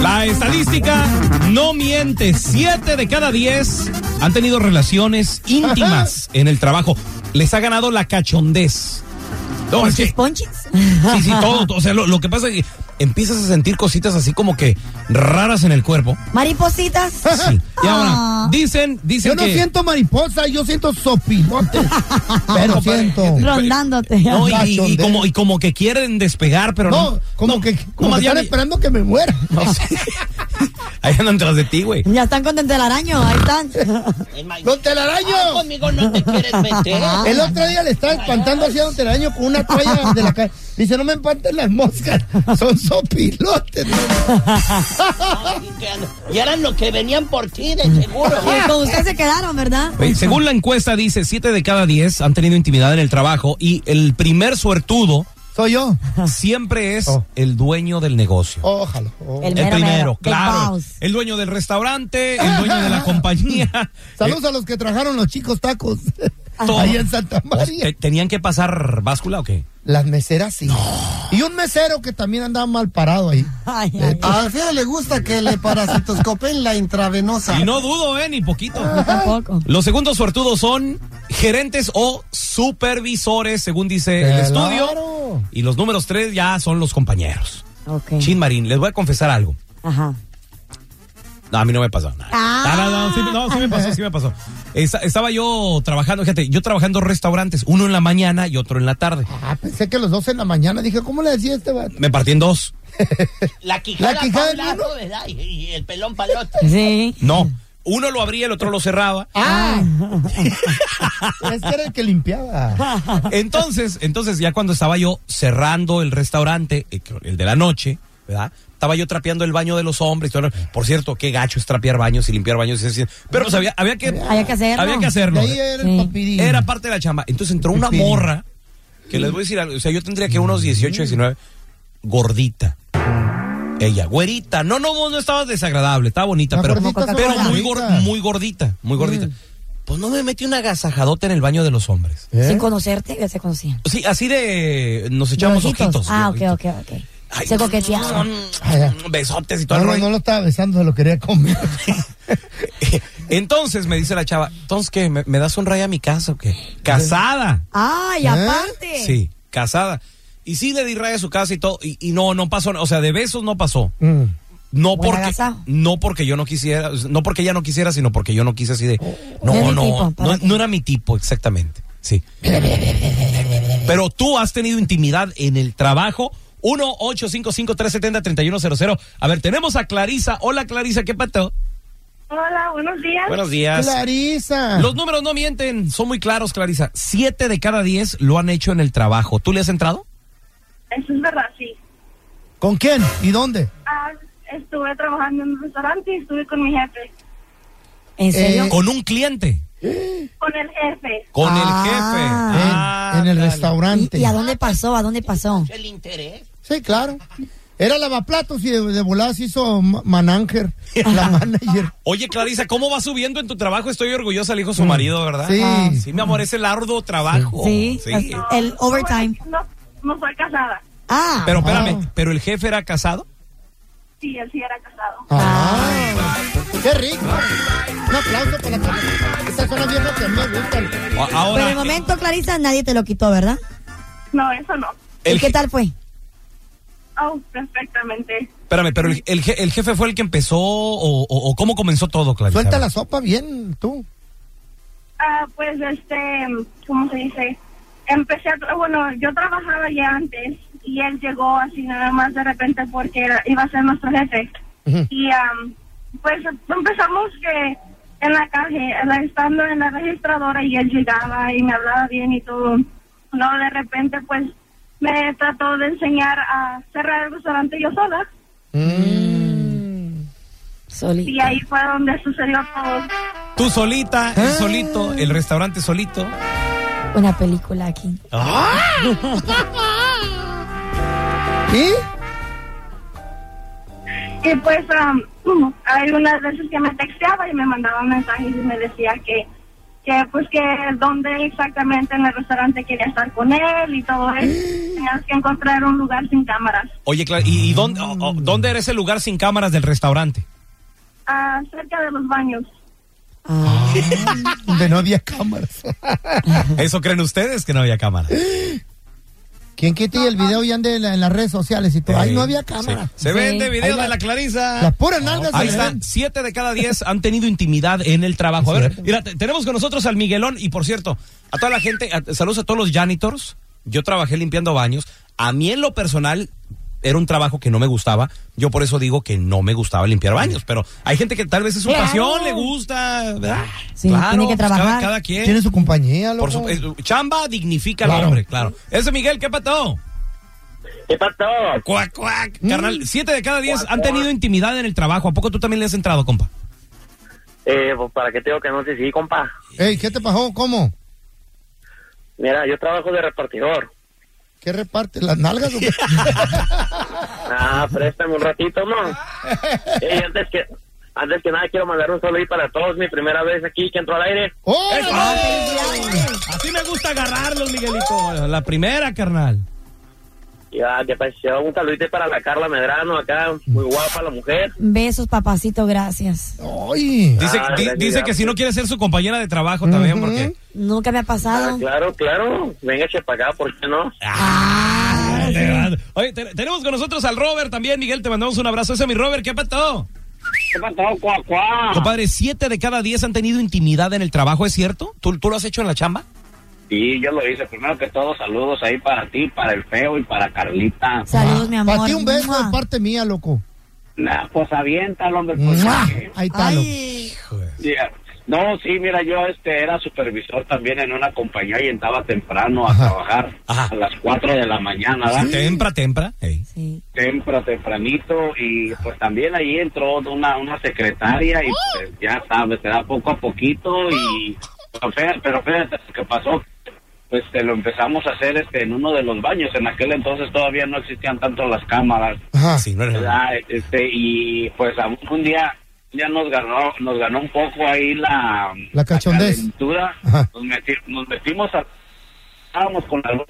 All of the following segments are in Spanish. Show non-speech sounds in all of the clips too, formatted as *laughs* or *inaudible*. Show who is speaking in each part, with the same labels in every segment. Speaker 1: La estadística no miente. Siete de cada diez han tenido relaciones íntimas en el trabajo. Les ha ganado la cachondez. No, es que-
Speaker 2: ¿Ponchis?
Speaker 1: sí, sí, todo. O sea, lo, lo que pasa es que empiezas a sentir cositas así como que raras en el cuerpo.
Speaker 2: *laughs* ¿Maripositas?
Speaker 1: Sí. Y ahora,
Speaker 2: Ah.
Speaker 1: dicen, dicen
Speaker 3: *laughs* Yo no
Speaker 1: que-
Speaker 3: siento mariposa, yo siento
Speaker 1: *laughs*
Speaker 3: sopilote. pero
Speaker 1: compadre,
Speaker 3: siento.
Speaker 1: fíjate.
Speaker 2: Rondándote.
Speaker 1: *laughs* Oh. No, y- y, y
Speaker 3: Cachondez.
Speaker 1: como, y como que quieren despegar, pero no.
Speaker 3: No, como
Speaker 1: no,
Speaker 3: que como
Speaker 1: nomás
Speaker 3: que
Speaker 1: ya
Speaker 3: están
Speaker 1: ni-
Speaker 3: esperando que me muera.
Speaker 1: *laughs* Ahí andan tras de ti, güey.
Speaker 2: Ya están con el araño, ahí
Speaker 1: *laughs*
Speaker 2: están.
Speaker 3: *laughs* ¡Don Telaraño!
Speaker 4: ah,
Speaker 1: Ah, pues,
Speaker 4: conmigo no te quieres
Speaker 3: *laughs*
Speaker 4: meter.
Speaker 3: El otro día le estaba espantando así a Don Telaraño con una toalla de la calle. Dice, no me espanten las moscas, son sopilotes.
Speaker 4: Y eran los que venían por ti, de seguro.
Speaker 2: Y con ustedes se quedaron, ¿verdad?
Speaker 1: Oye, Según la encuesta dice, 7 de cada 10 han tenido intimidad en el trabajo y el primer suertudo
Speaker 3: Soy yo.
Speaker 1: siempre es
Speaker 3: Oh.
Speaker 1: el dueño del negocio.
Speaker 3: Ojalá. oh.
Speaker 2: El-
Speaker 1: El,
Speaker 2: mero,
Speaker 1: primero,
Speaker 2: mero, the
Speaker 1: claro.
Speaker 2: boss.
Speaker 1: El dueño del restaurante, el
Speaker 2: *laughs*
Speaker 1: dueño de la compañía.
Speaker 3: Saludos a los que trabajaron los chicos tacos.
Speaker 1: Todo.
Speaker 3: *laughs* Ahí en Santa
Speaker 1: Eh, ¿Te-
Speaker 3: María.
Speaker 1: ¿Tenían que pasar báscula o qué?
Speaker 3: Las meseras sí. Y un mesero que también andaba mal
Speaker 1: *laughs*
Speaker 3: parado ahí.
Speaker 2: Ay,
Speaker 1: Eh,
Speaker 2: ay, ay.
Speaker 5: A Fea le gusta que le parasitoscopen la intravenosa.
Speaker 1: Y no dudo, ¿eh? Ni poquito.
Speaker 2: Yo tampoco.
Speaker 1: Los segundos suertudos son gerentes o supervisores, según dice Eh, el estudio.
Speaker 3: Claro.
Speaker 1: Y los números tres ya son los compañeros.
Speaker 2: Ok.
Speaker 1: Chin Marín, les voy a confesar algo.
Speaker 2: Ajá.
Speaker 1: No, a mí no me pasó nada.
Speaker 2: Ah.
Speaker 1: No, no, no, sí, no, sí me pasó, sí me pasó. Esa- estaba yo trabajando, fíjate, yo trabajando en restaurantes, uno en la mañana y otro en la tarde.
Speaker 3: Ah, pensé que los dos en la mañana. Dije, ¿cómo le decía este vato?
Speaker 1: Me partí en dos.
Speaker 4: La quijada,
Speaker 3: La quijada
Speaker 4: pa'
Speaker 3: en
Speaker 4: un lado,
Speaker 3: uno.
Speaker 4: ¿verdad? Y, y el pelón palote.
Speaker 2: Sí.
Speaker 1: No, uno lo abría, el otro lo cerraba.
Speaker 3: Ah. este era el
Speaker 1: *laughs*
Speaker 3: que limpiaba.
Speaker 1: Entonces, entonces ya cuando estaba yo cerrando el restaurante, eh, que- el de la noche, ¿verdad? Estaba yo trapeando el baño de los hombres. todo lo- Por cierto, qué gacho es trapear baños y limpiar baños. y así. Pero pues había, había que,
Speaker 2: Había que hacerlo. eh,
Speaker 1: Había que hacerlo.
Speaker 3: De ahí era
Speaker 2: Sí.
Speaker 3: el papidín.
Speaker 1: Era parte de la chamba. Entonces entró una
Speaker 3: Sí.
Speaker 1: morra, que les voy a decir algo, o sea, yo tendría que unos 18, 19, gordita. Ella, güerita. No, no, no, no estaba desagradable, estaba bonita,
Speaker 3: Las
Speaker 1: pero,
Speaker 3: gorditas
Speaker 1: pero
Speaker 3: son
Speaker 1: muy,
Speaker 3: gorditas.
Speaker 1: gor- muy gordita, muy gordita.
Speaker 3: Mm.
Speaker 1: Pues no me metí una agasajadota en el baño de los hombres.
Speaker 3: ¿Eh?
Speaker 2: Sin conocerte, ya se conocían.
Speaker 1: Sí, así de... Nos echamos
Speaker 2: Ojitos.
Speaker 1: ojitos.
Speaker 2: Ah, ok,
Speaker 1: ojitos.
Speaker 2: ok, ok.
Speaker 1: Ay,
Speaker 2: se coquetearon.
Speaker 3: Ay, ay.
Speaker 1: Besotes y todo
Speaker 3: No,
Speaker 1: el
Speaker 3: no,
Speaker 1: rollo.
Speaker 3: no lo estaba besando, se lo quería comer.
Speaker 1: *laughs* Entonces me dice la chava, entonces qué, ¿me, me das un rayo a mi casa o qué? Casada.
Speaker 2: Ay,
Speaker 3: ¿Eh?
Speaker 2: aparte.
Speaker 1: Sí, casada. Y sí le di raya a su casa y todo, y, y no, no pasó, nada. o sea, de besos no pasó.
Speaker 3: Mm.
Speaker 1: No
Speaker 2: Buen
Speaker 1: porque,
Speaker 2: agasajo.
Speaker 1: no porque yo no quisiera, no porque ella no quisiera, sino porque yo no quise así de, no,
Speaker 2: No era
Speaker 1: no,
Speaker 2: mi tipo,
Speaker 1: no,
Speaker 2: para ti.
Speaker 1: no era mi tipo, exactamente, sí. Pero tú has tenido intimidad en el trabajo, 1-855-370-3100. A ver, tenemos a Clarisa. Hola, Clarisa, ¿qué pato?
Speaker 6: Hola, buenos días.
Speaker 1: Buenos días.
Speaker 3: Clarisa.
Speaker 1: Los números no mienten, son muy claros, Clarisa. Siete de cada diez lo han hecho en el trabajo. ¿Tú le has entrado?
Speaker 6: *laughs* Eso es verdad, sí.
Speaker 3: ¿Con quién? ¿Y dónde?
Speaker 6: Ah, estuve trabajando en un restaurante y estuve con mi jefe.
Speaker 2: ¿En serio?
Speaker 3: Eh,
Speaker 1: Con un cliente.
Speaker 6: Con el jefe.
Speaker 1: Con
Speaker 2: Ah.
Speaker 1: el jefe.
Speaker 3: En,
Speaker 1: Ah,
Speaker 3: en el
Speaker 1: dale.
Speaker 2: ¿Y,
Speaker 3: restaurante.
Speaker 2: y a dónde pasó? ¿A dónde pasó?
Speaker 4: El interés.
Speaker 3: Sí, claro. Era lavaplatos y de, de volada se hizo ma-
Speaker 1: *laughs*
Speaker 3: manager, la manager.
Speaker 1: Oye, Clarisa, ¿cómo va subiendo en tu trabajo? Estoy orgullosa, le dijo su marido, ¿verdad? Ah,
Speaker 3: Sí.
Speaker 1: Sí, mi amor, es el arduo trabajo.
Speaker 2: Sí. El overtime.
Speaker 6: No, no soy casada.
Speaker 2: Ah.
Speaker 1: Pero espérame,
Speaker 3: Ah.
Speaker 1: ¿pero el jefe era casado?
Speaker 6: Sí, él sí era casado.
Speaker 3: Ah, qué rico. Un aplauso para la Estas son las viejas que a mí me gustan.
Speaker 1: A-
Speaker 2: Por
Speaker 1: Ahora,
Speaker 2: el momento, Clarisa, nadie te lo quitó, ¿verdad?
Speaker 6: No, eso no.
Speaker 1: el
Speaker 2: ¿Y qué
Speaker 1: je-
Speaker 2: tal fue?
Speaker 6: Oh, perfectamente.
Speaker 1: espérame, pero el, el je- el jefe fue el que empezó o, o- o cómo comenzó todo, Clarisa.
Speaker 3: Suelta la sopa bien, tú.
Speaker 6: Ah, pues este, ¿cómo se dice? Empecé a, tra- bueno, yo trabajaba ya antes y él llegó así nada más de repente porque era- iba a ser nuestro jefe.
Speaker 3: Ujú.
Speaker 6: Y am, pues empezamos que en la calle, en la- estando en la registradora y él llegaba y me hablaba bien y todo. No, de repente pues me trató de enseñar a cerrar el restaurante yo sola.
Speaker 3: Mm.
Speaker 2: Solita.
Speaker 6: Y ahí fue donde sucedió todo.
Speaker 1: Tú solita, él solito, el restaurante solito.
Speaker 2: Una película aquí.
Speaker 1: ¡Ah!
Speaker 3: ¿Sí?
Speaker 6: Y pues am, *clears throat* hay unas veces que me texteaba y me mandaba mensajes y me decía que, que pues que dónde exactamente en el restaurante quería estar con él y todo
Speaker 7: *gasps*
Speaker 6: eso. Tenías que encontrar un lugar sin cámaras.
Speaker 1: Oye, claro, ¿y, y dónde, o- o- dónde era ese lugar sin cámaras del restaurante?
Speaker 6: Ah, cerca de los baños.
Speaker 1: Ah.
Speaker 3: Donde no había cámaras.
Speaker 1: ¿Eso creen ustedes que no había cámaras?
Speaker 3: ¿Quién quita y el video ya ande en, la- en las redes sociales y todo? Ay, no había cámara.
Speaker 1: Sí. Se vende video
Speaker 3: Ahí
Speaker 1: de
Speaker 3: va.
Speaker 1: la Clarisa.
Speaker 3: Las puras nalgas.
Speaker 1: Ahí
Speaker 3: se le
Speaker 1: están,
Speaker 3: ven.
Speaker 1: siete de cada diez han tenido intimidad en el trabajo. A ver, mira, te- tenemos con nosotros al Miguelón y por cierto, a toda la gente, a- saludos a todos los janitors. Yo trabajé limpiando baños. A mí en lo personal era un trabajo que no me gustaba. Yo por eso digo que no me gustaba limpiar baños, pero hay gente que tal vez es su
Speaker 2: Claro.
Speaker 1: pasión, le gusta. ¿verdad?
Speaker 2: Sí, tiene que
Speaker 1: pues, cada-
Speaker 2: trabajar.
Speaker 1: cada quien.
Speaker 3: Tiene su compañía, loco.
Speaker 1: Por su- eh, chamba dignifica al
Speaker 3: Claro.
Speaker 1: hombre, claro. Ese Miguel, ¿qué pató?
Speaker 8: ¿Qué pasó?
Speaker 1: Cuac, cuac. Mm. Carnal, siete de cada diez han tenido intimidad en el trabajo. ¿A poco tú también le has entrado, compa?
Speaker 8: Eh, pues, ¿Para qué tengo que no sé si, compa?
Speaker 3: Ey, ¿qué te pasó? ¿Cómo?
Speaker 8: Mira, yo trabajo de repartidor.
Speaker 3: ¿Qué reparte?
Speaker 1: *laughs*
Speaker 3: ¿Las nalgas o qué?
Speaker 8: Ah, préstame un ratito, ¿no? Eh, antes que... Antes que nada, quiero mandar un saludo para todos. Mi primera vez aquí que entro al aire.
Speaker 3: ¡Órale!
Speaker 1: Así me gusta agarrarlos, Miguelito. La primera, carnal.
Speaker 8: Y ah, que pasó, un saludito para la Carla Medrano acá. Muy guapa la mujer.
Speaker 2: Besos, papacito, gracias.
Speaker 3: ¡Ay!
Speaker 1: Dice,
Speaker 8: Ah,
Speaker 1: di-
Speaker 8: gracias,
Speaker 1: dice que
Speaker 8: gracias.
Speaker 1: si no quiere ser su compañera de trabajo también, porque.
Speaker 2: Nunca me ha
Speaker 8: Ah,
Speaker 2: pasado.
Speaker 8: claro, claro. Véngase para acá, ¿por qué no?
Speaker 1: Ah, te va- Oye, te- tenemos con nosotros al Robert también, Miguel. Te mandamos un abrazo. Ese es mi Robert, ¿qué pato?
Speaker 8: ¿Qué pasó, cuacuá?
Speaker 1: Compadre, siete de cada diez han tenido intimidad en el trabajo, ¿es cierto? ¿Tú, tú lo has hecho en la chamba?
Speaker 8: Sí, yo lo hice. Primero que todo, saludos ahí para ti, para el feo y para Carlita.
Speaker 2: Saludos, mi
Speaker 1: Ah.
Speaker 2: amor.
Speaker 3: Para ti un beso
Speaker 2: Mua.
Speaker 3: de parte mía, loco.
Speaker 8: Nah, pues aviéntalo, hombre. pues,
Speaker 3: ¡Mua!
Speaker 8: eh,
Speaker 3: Ahí está, loco.
Speaker 2: Ay,
Speaker 8: ya. No, sí, mira, yo este era supervisor también en una compañía y entraba temprano a
Speaker 3: Ajá.
Speaker 8: trabajar
Speaker 1: Ajá.
Speaker 8: a las 4 de la mañana, ¿verdad?
Speaker 1: Tempra, tempra. Ey.
Speaker 2: sí.
Speaker 8: Tempra, tempranito y pues también ahí entró una, una secretaria y pues ya sabes, te da poco a poquito y pero fíjate, pero fíjate lo que pasó. Pues te lo empezamos a hacer este en uno de los baños. En aquel entonces todavía no existían tanto las cámaras.
Speaker 3: Ajá.
Speaker 1: Sí, no eres-
Speaker 8: ¿verdad? Este, y pues a- un día ya nos ganó nos ganó un poco ahí la
Speaker 3: La cachondez.
Speaker 8: calentura.
Speaker 3: Ajá.
Speaker 8: Nos, meti- nos metimos a estábamos con la luz.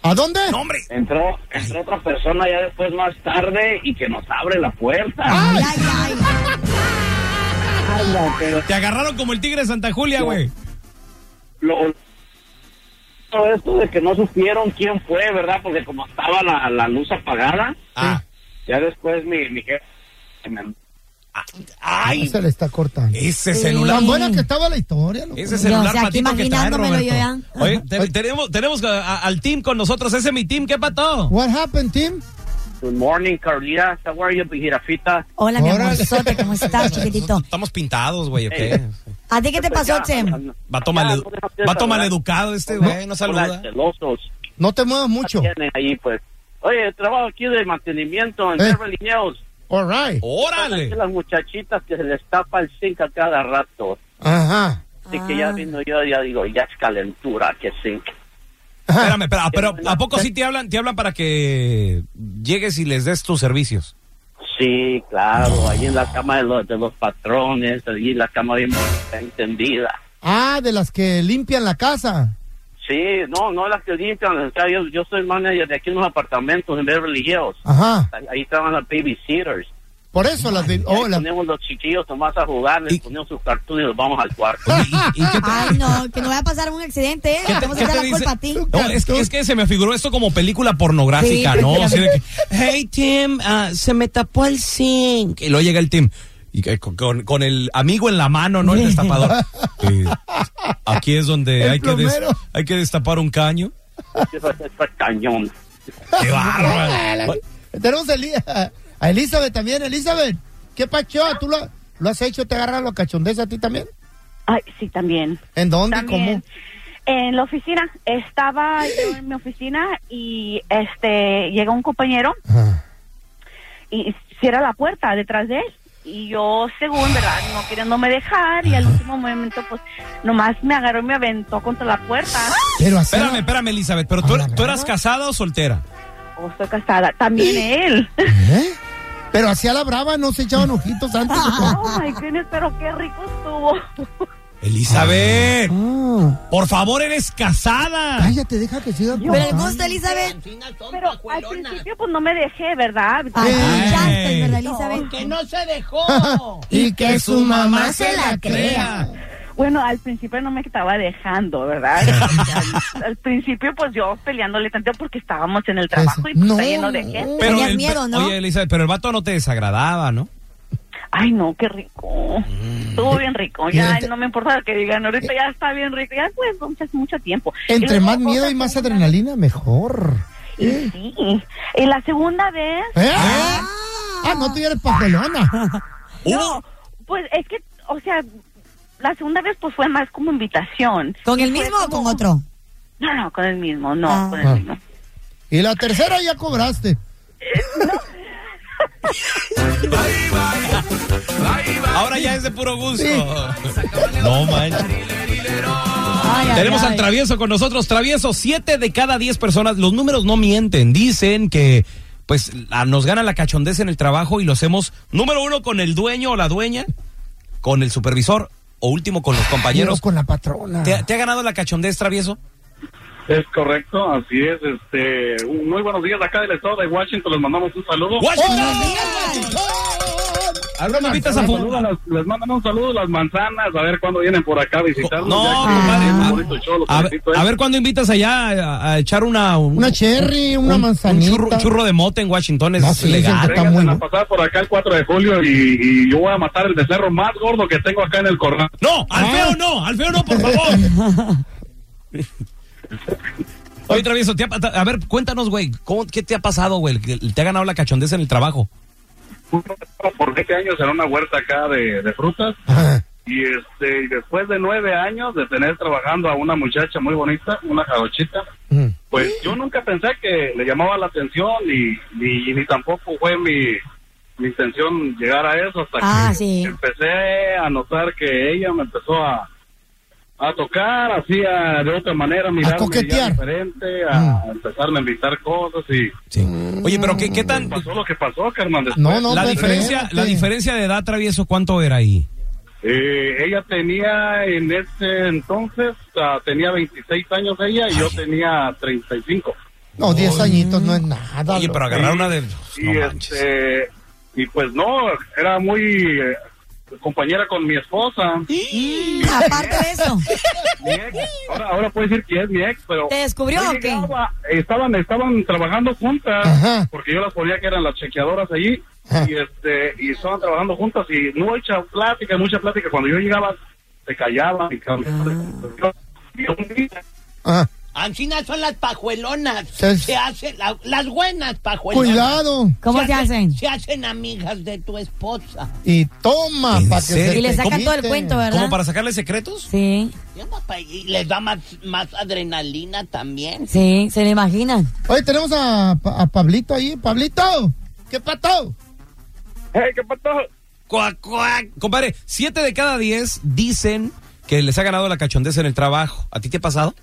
Speaker 3: ¿A dónde?
Speaker 1: No, hombre.
Speaker 8: entró entró otra persona ya después más tarde y que nos abre la puerta
Speaker 2: Ay, ay, ay.
Speaker 1: Te agarraron como el tigre de Santa Julia, güey.
Speaker 8: lo todo esto de que no supieron quién fue verdad porque como estaba la, la luz apagada
Speaker 1: Ah.
Speaker 8: ya después mi mi jefe me-
Speaker 3: Ay, se le está cortando.
Speaker 1: Ese celular.
Speaker 3: Tan buena que estaba la historia, loco.
Speaker 1: Ese celular
Speaker 2: o sea, aquí
Speaker 1: patito que trae,
Speaker 2: imaginándomelo yo
Speaker 1: Roberto.
Speaker 2: ya.
Speaker 1: Oye, te- tenemos, tenemos a- a- al team con nosotros. Ese es mi team, ¿qué pato?
Speaker 3: What happened, team?
Speaker 8: Good morning, Carlita. How are you, Jirafita?
Speaker 2: Hola, mi
Speaker 3: Órale.
Speaker 2: amorzote, ¿cómo estás, chiquitito?
Speaker 1: Estamos pintados, güey, ¿o qué?
Speaker 8: Ey.
Speaker 2: ¿A ti qué te pasó, Xem?
Speaker 1: Vato, mal,
Speaker 8: Ya, pues, ya
Speaker 1: vato
Speaker 8: saludar.
Speaker 1: maleducado este, güey, no
Speaker 8: Hola,
Speaker 1: saluda.
Speaker 8: celosos.
Speaker 3: No te muevas mucho.
Speaker 8: Tienen ahí, pues. Oye, trabajo aquí de mantenimiento en
Speaker 3: Eh.
Speaker 8: Beverly Hills.
Speaker 3: All right.
Speaker 1: Oh.
Speaker 8: Aquí
Speaker 1: ¡Órale!
Speaker 8: Las muchachitas que se les tapa el zinc a cada rato.
Speaker 3: Ajá.
Speaker 8: Así que ya vino yo, ya digo, ya es calentura, que zinc.
Speaker 1: Espérame, espera, pero ¿a poco sí te hablan, te hablan para que llegues y les des tus servicios?
Speaker 8: Sí, claro, ahí en la cama de los, de los patrones, ahí en la cama bien entendida.
Speaker 3: Ah, de las que limpian la casa.
Speaker 8: Sí, no, no las que limpian, o sea, yo, yo soy manager de aquí en unos apartamentos en Beverly Hills.
Speaker 3: Ajá.
Speaker 8: Ahí estaban las babysitters.
Speaker 3: Por eso las de...
Speaker 8: Y ahí
Speaker 3: Oh, las-
Speaker 8: ponemos los chiquillos nomás a jugar, les
Speaker 1: Y-
Speaker 8: ponemos sus cartones y los vamos al cuarto.
Speaker 1: Oye, ¿y- y qué te-
Speaker 2: Ay, no, que no vaya a pasar un accidente, ¿eh?
Speaker 1: ¿Qué te-
Speaker 2: Vamos a
Speaker 1: qué
Speaker 2: echar
Speaker 1: te
Speaker 2: la culpa
Speaker 1: dice?
Speaker 2: a ti.
Speaker 1: No, es que, es que se me figuró esto como película pornográfica,
Speaker 2: Sí. *laughs*
Speaker 1: ¿no? Así de que, hey, Tim, ah, se me tapó el zinc. Y luego llega el Tim. Y que con, con- con el amigo en la mano, ¿no? El destapador.
Speaker 2: *laughs*
Speaker 1: Y aquí es donde
Speaker 3: El
Speaker 1: hay que, des-
Speaker 3: plomero.
Speaker 1: hay que destapar un
Speaker 2: *laughs*
Speaker 1: caño.
Speaker 8: *laughs* Eso es- eso es cañón.
Speaker 1: ¡Qué bárbaro!
Speaker 3: Tenemos a, Eli- a Elizabeth también. Elizabeth, ¿qué pacho? ¿Tú lo, lo has hecho? ¿Te agarran los cachondes a ti también?
Speaker 7: Ay, sí, también.
Speaker 3: ¿En dónde?
Speaker 7: También.
Speaker 3: ¿Cómo?
Speaker 7: En la oficina. Estaba yo en mi oficina y este llega un compañero
Speaker 3: Ajá.
Speaker 7: y cierra la puerta detrás de él. Y yo, según, ¿verdad? No queriéndome dejar y al último momento, pues, nomás me agarró y me aventó contra la puerta.
Speaker 3: Pero así.
Speaker 1: Espérame, espérame, Elizabeth, pero tú,
Speaker 3: A la
Speaker 1: tú eras casada o soltera.
Speaker 7: Oh, estoy casada. También él.
Speaker 3: ¿Eh? Pero así a la brava no se echaban ojitos antes.
Speaker 7: *laughs* Oh, my goodness, pero qué rico estuvo.
Speaker 1: Elizabeth,
Speaker 3: Ah,
Speaker 1: por favor, eres casada.
Speaker 3: cállate, deja que siga.
Speaker 2: Pero el
Speaker 3: contando.
Speaker 2: gusto, Pues, Elizabeth.
Speaker 7: Pero al principio, pues, no me dejé, ¿verdad?
Speaker 2: Ay,
Speaker 1: Ay.
Speaker 2: chantes, ¿verdad, Elizabeth?
Speaker 4: Que no se dejó.
Speaker 3: *laughs* Y que su mamá se la
Speaker 7: Bueno, al principio no me estaba dejando, ¿verdad? al, al principio, pues yo peleándole tanto porque estábamos en el trabajo y pues,
Speaker 3: No.
Speaker 7: está lleno de gente.
Speaker 1: Pero
Speaker 2: Tenías
Speaker 1: el-
Speaker 2: miedo, ¿no?
Speaker 1: Oye, Elizabeth, pero el vato no te desagradaba, ¿no?
Speaker 7: Ay, no, qué rico.
Speaker 3: Mm.
Speaker 7: Estuvo bien rico. Ya ay, no me importa lo que digan. Ahorita ya está bien rico. Ya pues muchas, mucho tiempo.
Speaker 3: Eh. Entre
Speaker 7: Y luego
Speaker 3: más miedo
Speaker 7: otra
Speaker 3: y más
Speaker 7: segunda-
Speaker 3: adrenalina, mejor.
Speaker 7: Y sí. Y la segunda vez,
Speaker 3: ¿Eh? Ah, no, tú ya eres papelona.
Speaker 2: *laughs*
Speaker 7: no, pues es que, o sea, la segunda vez pues fue más como invitación.
Speaker 2: ¿Con el
Speaker 7: Fue
Speaker 2: mismo o con
Speaker 7: como-
Speaker 2: otro?
Speaker 7: No, no, con el mismo, no,
Speaker 2: Ah.
Speaker 7: con el mismo.
Speaker 3: Y la tercera ya cobraste.
Speaker 1: Ahora ya es de puro gusto. No manches.
Speaker 2: Ay, ay,
Speaker 1: Tenemos
Speaker 2: ay.
Speaker 1: al travieso con nosotros. Travieso, siete de cada diez personas. Los números no mienten. Dicen que pues la- nos gana la cachondez en el trabajo y lo hacemos número uno con el dueño o la dueña, con el supervisor o último con los
Speaker 3: Quiero
Speaker 1: compañeros.
Speaker 3: con la patrona.
Speaker 1: ¿Te, te ha ganado la cachondez, travieso?
Speaker 9: Es correcto, así es. Este, un- muy buenos días acá del estado de Washington. Les mandamos un saludo.
Speaker 1: ¡Washington! Ahora me invitas a
Speaker 9: Les,
Speaker 1: fumar.
Speaker 9: saludan las- les mandan un saludo las manzanas, a ver cuándo vienen por acá a visitarnos.
Speaker 1: No,
Speaker 9: ya que
Speaker 1: compadre.
Speaker 9: es un
Speaker 1: a-
Speaker 9: bonito show, los
Speaker 1: A, ver-
Speaker 9: felicito, eh.
Speaker 1: a ver cuándo invitas allá a, a echar una, un-
Speaker 3: Una cherry,
Speaker 1: un-
Speaker 3: una
Speaker 1: un
Speaker 3: manzanita.
Speaker 1: churro, un churro de mote en Washington es
Speaker 3: No, sí,
Speaker 1: legal.
Speaker 3: está
Speaker 9: Vénganse
Speaker 3: muy
Speaker 9: a
Speaker 3: bueno.
Speaker 9: pasar por acá el 4 de julio y, y yo voy a matar el becerro más gordo que tengo acá en el corral.
Speaker 1: No,
Speaker 3: Ah.
Speaker 1: al feo no, al feo no, por favor.
Speaker 3: *laughs*
Speaker 1: Oye, travieso, te ha pa- a ver, cuéntanos, güey, ¿cómo- ¿qué te ha pasado, güey? que ¿Te ha ganado la cachondez en el trabajo?
Speaker 9: Por 20 años en una huerta acá de, de frutas.
Speaker 3: Ah,
Speaker 9: Y este y después de nueve años de tener trabajando a una muchacha muy bonita, una jarochita,
Speaker 3: *laughs* mm.
Speaker 9: pues yo nunca pensé que le llamaba la atención y ni, ni tampoco fue mi, mi intención llegar a eso hasta
Speaker 2: Ah,
Speaker 9: que
Speaker 2: sí.
Speaker 9: empecé a notar que ella me empezó a, a tocar, hacía de otra manera, mirarme ya
Speaker 3: coquetear. Mm.
Speaker 9: diferente, a empezarme a invitar cosas y
Speaker 1: Sí. Oye, pero ¿qué, qué tan...?
Speaker 9: pasó lo que pasó, Carmen.
Speaker 3: No, no,
Speaker 1: la,
Speaker 3: hombre,
Speaker 1: diferencia,
Speaker 3: espérate.
Speaker 1: la diferencia de edad, travieso, ¿cuánto era ahí?
Speaker 9: Eh, ella tenía en ese entonces, ah, tenía 26 años ella y yo tenía 35.
Speaker 3: No, 10 añitos no es nada.
Speaker 1: Oye,
Speaker 3: loco.
Speaker 1: pero agarrar una de...
Speaker 9: Y,
Speaker 1: No manches.
Speaker 9: este, y pues no, era muy eh, compañera con mi esposa.
Speaker 2: Mm, Aparte de eso,
Speaker 9: mi ex. Ahora, ahora puedo decir que es mi ex, pero...
Speaker 2: ¿te descubrió
Speaker 9: yo
Speaker 2: o qué?
Speaker 9: llegaba, Estaban, estaban trabajando juntas,
Speaker 3: Ajá.
Speaker 9: porque yo las ponía que eran las chequeadoras allí,
Speaker 3: Ajá.
Speaker 9: y este y estaban trabajando juntas, y mucha plática, mucha plática. Cuando yo llegaba, se callaban y cambiaban
Speaker 2: Ah.
Speaker 9: de conversación. Y un día,
Speaker 3: Ah,
Speaker 4: Ancina son las pajuelonas.
Speaker 3: Sí.
Speaker 4: Se hacen la- las buenas pajuelonas.
Speaker 3: *laughs* cuidado.
Speaker 2: ¿Cómo se hacen?
Speaker 4: Se hacen amigas de tu esposa.
Speaker 3: Y toma,
Speaker 1: ¿En
Speaker 3: para que
Speaker 1: serio?
Speaker 3: se
Speaker 2: Y le
Speaker 3: te
Speaker 2: sacan todo el
Speaker 3: quite.
Speaker 2: cuento, ¿verdad?
Speaker 1: ¿Como para sacarle secretos?
Speaker 2: Sí,
Speaker 4: Llama pa- Y les da más, más adrenalina también.
Speaker 2: sí, se le imaginan.
Speaker 3: Oye, tenemos a, Pa- a Pablito ahí. Pablito, ¿qué pato?
Speaker 9: ¡Hey, qué pasó!
Speaker 1: Cuac, cuac. Compadre, siete de cada diez dicen que les ha ganado la cachondez en el trabajo. ¿A ti te ha pasado?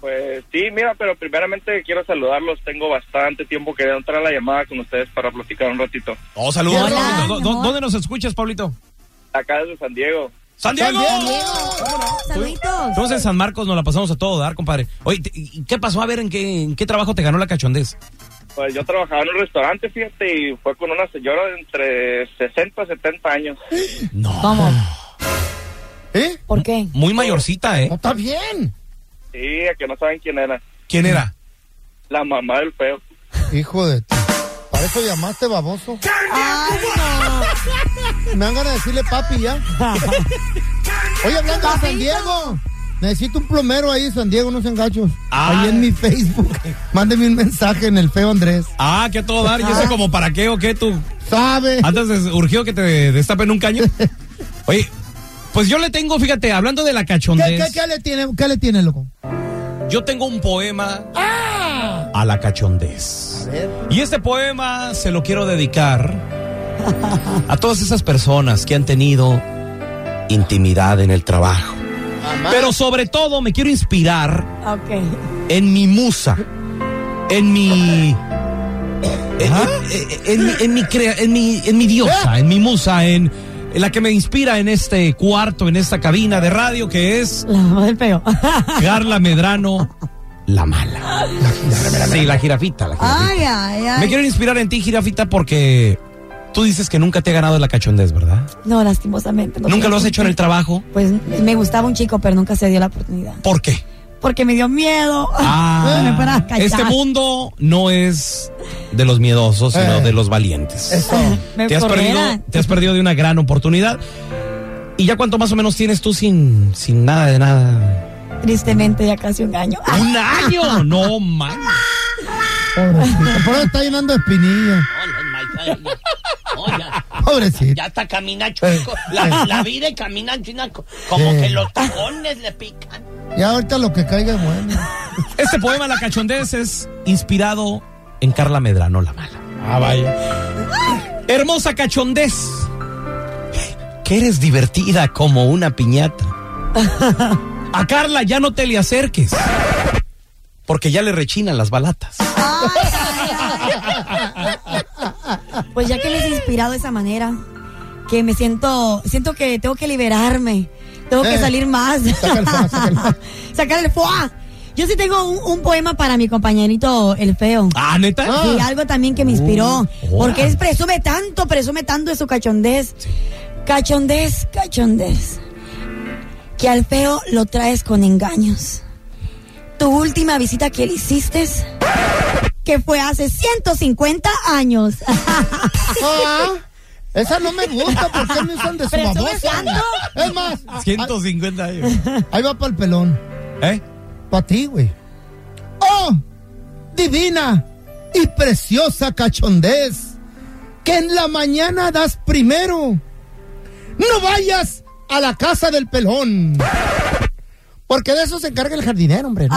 Speaker 9: Pues sí, mira, pero primeramente quiero saludarlos. Tengo bastante tiempo queriendo entrar a la llamada con ustedes para platicar un ratito.
Speaker 1: Oh, saludos.
Speaker 3: Hola,
Speaker 1: Pablito.
Speaker 2: mi
Speaker 1: ¿Dó-
Speaker 2: amor.
Speaker 1: ¿Dónde nos escuchas, Pablito?
Speaker 9: Acá desde San Diego.
Speaker 1: ¡San Diego!
Speaker 3: ¡San Diego!
Speaker 2: Saluditos.
Speaker 1: Entonces en San Marcos nos la pasamos a todo dar, compadre. Oye, te- ¿y ¿qué pasó? A ver, ¿en qué, en qué trabajo te ganó la cachondez?
Speaker 9: Pues yo trabajaba en un restaurante, fíjate, y fue con una señora de entre 60 y 70 años.
Speaker 1: No.
Speaker 2: ¿Cómo?
Speaker 3: ¿Eh?
Speaker 2: ¿Por qué?
Speaker 1: Muy mayorcita,
Speaker 3: No
Speaker 1: ¿eh?
Speaker 3: está bien.
Speaker 9: Sí, a que no saben quién era.
Speaker 1: ¿Quién era?
Speaker 9: La mamá del feo.
Speaker 3: Hijo de. t- Para eso llamaste baboso.
Speaker 2: Ay, no.
Speaker 3: Me dan ganas de decirle
Speaker 2: *laughs*
Speaker 3: papi ya. Oye, hablando de San Diego. Necesito un plomero ahí, San Diego, unos engachos.
Speaker 1: Ah.
Speaker 3: Ahí en mi Facebook. Mándeme un mensaje en el feo Andrés.
Speaker 1: Ah, que a todo dar. ¿Y eso como para qué o qué tú?
Speaker 3: ¿Sabe?
Speaker 1: ¿Antes de- urgió que te destapen un caño? Oye, pues yo le tengo, fíjate, hablando de la
Speaker 3: ¿Qué,
Speaker 1: cachondez,
Speaker 3: qué- qué le tiene, qué le tiene, loco?
Speaker 1: yo tengo un poema a la cachondez.
Speaker 3: hacer.
Speaker 1: Y este poema se lo quiero dedicar a todas esas personas que han tenido intimidad en el trabajo. Pero sobre todo me quiero inspirar
Speaker 2: Ok.
Speaker 1: en mi musa, en mi. En, en- en mi- en mi crea- en mi- en mi diosa, en mi musa, en, en la que me inspira en este cuarto, en esta cabina de radio, que es
Speaker 2: La mamá del peo.
Speaker 1: Carla Medrano, la mala. Sí, la jirafita, la jirafita.
Speaker 2: Ay, ay,
Speaker 1: Me
Speaker 2: ay.
Speaker 1: quiero inspirar en ti, jirafita, porque tú dices que nunca te ha ganado la cachondez, ¿verdad?
Speaker 2: No, lastimosamente. no
Speaker 1: nunca
Speaker 2: tengo
Speaker 1: lo has
Speaker 2: con
Speaker 1: hecho en el
Speaker 2: quién.
Speaker 1: trabajo.
Speaker 2: Pues me gustaba un chico, pero nunca se dio la oportunidad.
Speaker 1: ¿Por qué?
Speaker 2: Porque me dio miedo.
Speaker 1: Ah,
Speaker 2: me fuera a cachar.
Speaker 1: este mundo no es de los miedosos, sino
Speaker 3: Eh.
Speaker 1: de los valientes.
Speaker 2: Me
Speaker 1: Te has, perdido,
Speaker 2: correran.
Speaker 1: te has perdido de una gran oportunidad. ¿Y ya cuánto más o menos tienes tú sin, sin nada de nada?
Speaker 2: Tristemente ya casi un año. Ah,
Speaker 1: ¡Un año! ¡No, man!
Speaker 2: *laughs*
Speaker 3: Pobrecito. Por eso está llenando de espinilla.
Speaker 4: Hola, maestra. Hola.
Speaker 3: Pobrecito.
Speaker 4: Ya hasta camina chueco. La, la vida y camina china co- como que los tacones le pican.
Speaker 3: Ya ahorita lo que caiga es
Speaker 2: *laughs*
Speaker 3: bueno.
Speaker 1: Este poema, La Cachondez, es inspirado en Carla Medrano, la mala.
Speaker 3: Ah, vaya.
Speaker 1: Hermosa cachondez. Que eres divertida como una piñata. A Carla ya no te le acerques. Porque ya le rechinan las balatas.
Speaker 2: Pues ya que les he inspirado de esa manera, que me siento, siento que tengo que liberarme, tengo que
Speaker 3: Eh,
Speaker 2: salir más.
Speaker 3: saca el fuá, saca el
Speaker 2: *laughs*
Speaker 3: fuá.
Speaker 2: Sacar el fuá. Yo sí tengo un, un poema para mi compañerito el feo.
Speaker 1: Ah, neta.
Speaker 2: Y algo también que me inspiró.
Speaker 1: Oh.
Speaker 2: porque él presume tanto, presume tanto de su cachondez. Cachondez, cachondez. Que al feo lo traes con engaños. Tu última visita que le hiciste, que fue hace 150 años.
Speaker 3: Ah, esa no me gusta. ¿Por qué me usan de su
Speaker 2: Pero eso
Speaker 3: babosa?
Speaker 2: es santo.
Speaker 3: Es más,
Speaker 1: 150 años.
Speaker 3: ahí va para el pelón.
Speaker 1: ¿Eh?
Speaker 3: Para ti, güey. Oh, divina y preciosa cachondez, que en la mañana das primero. No vayas a la casa del pelón. Porque de eso se encarga el jardinero, hombre. ¿no?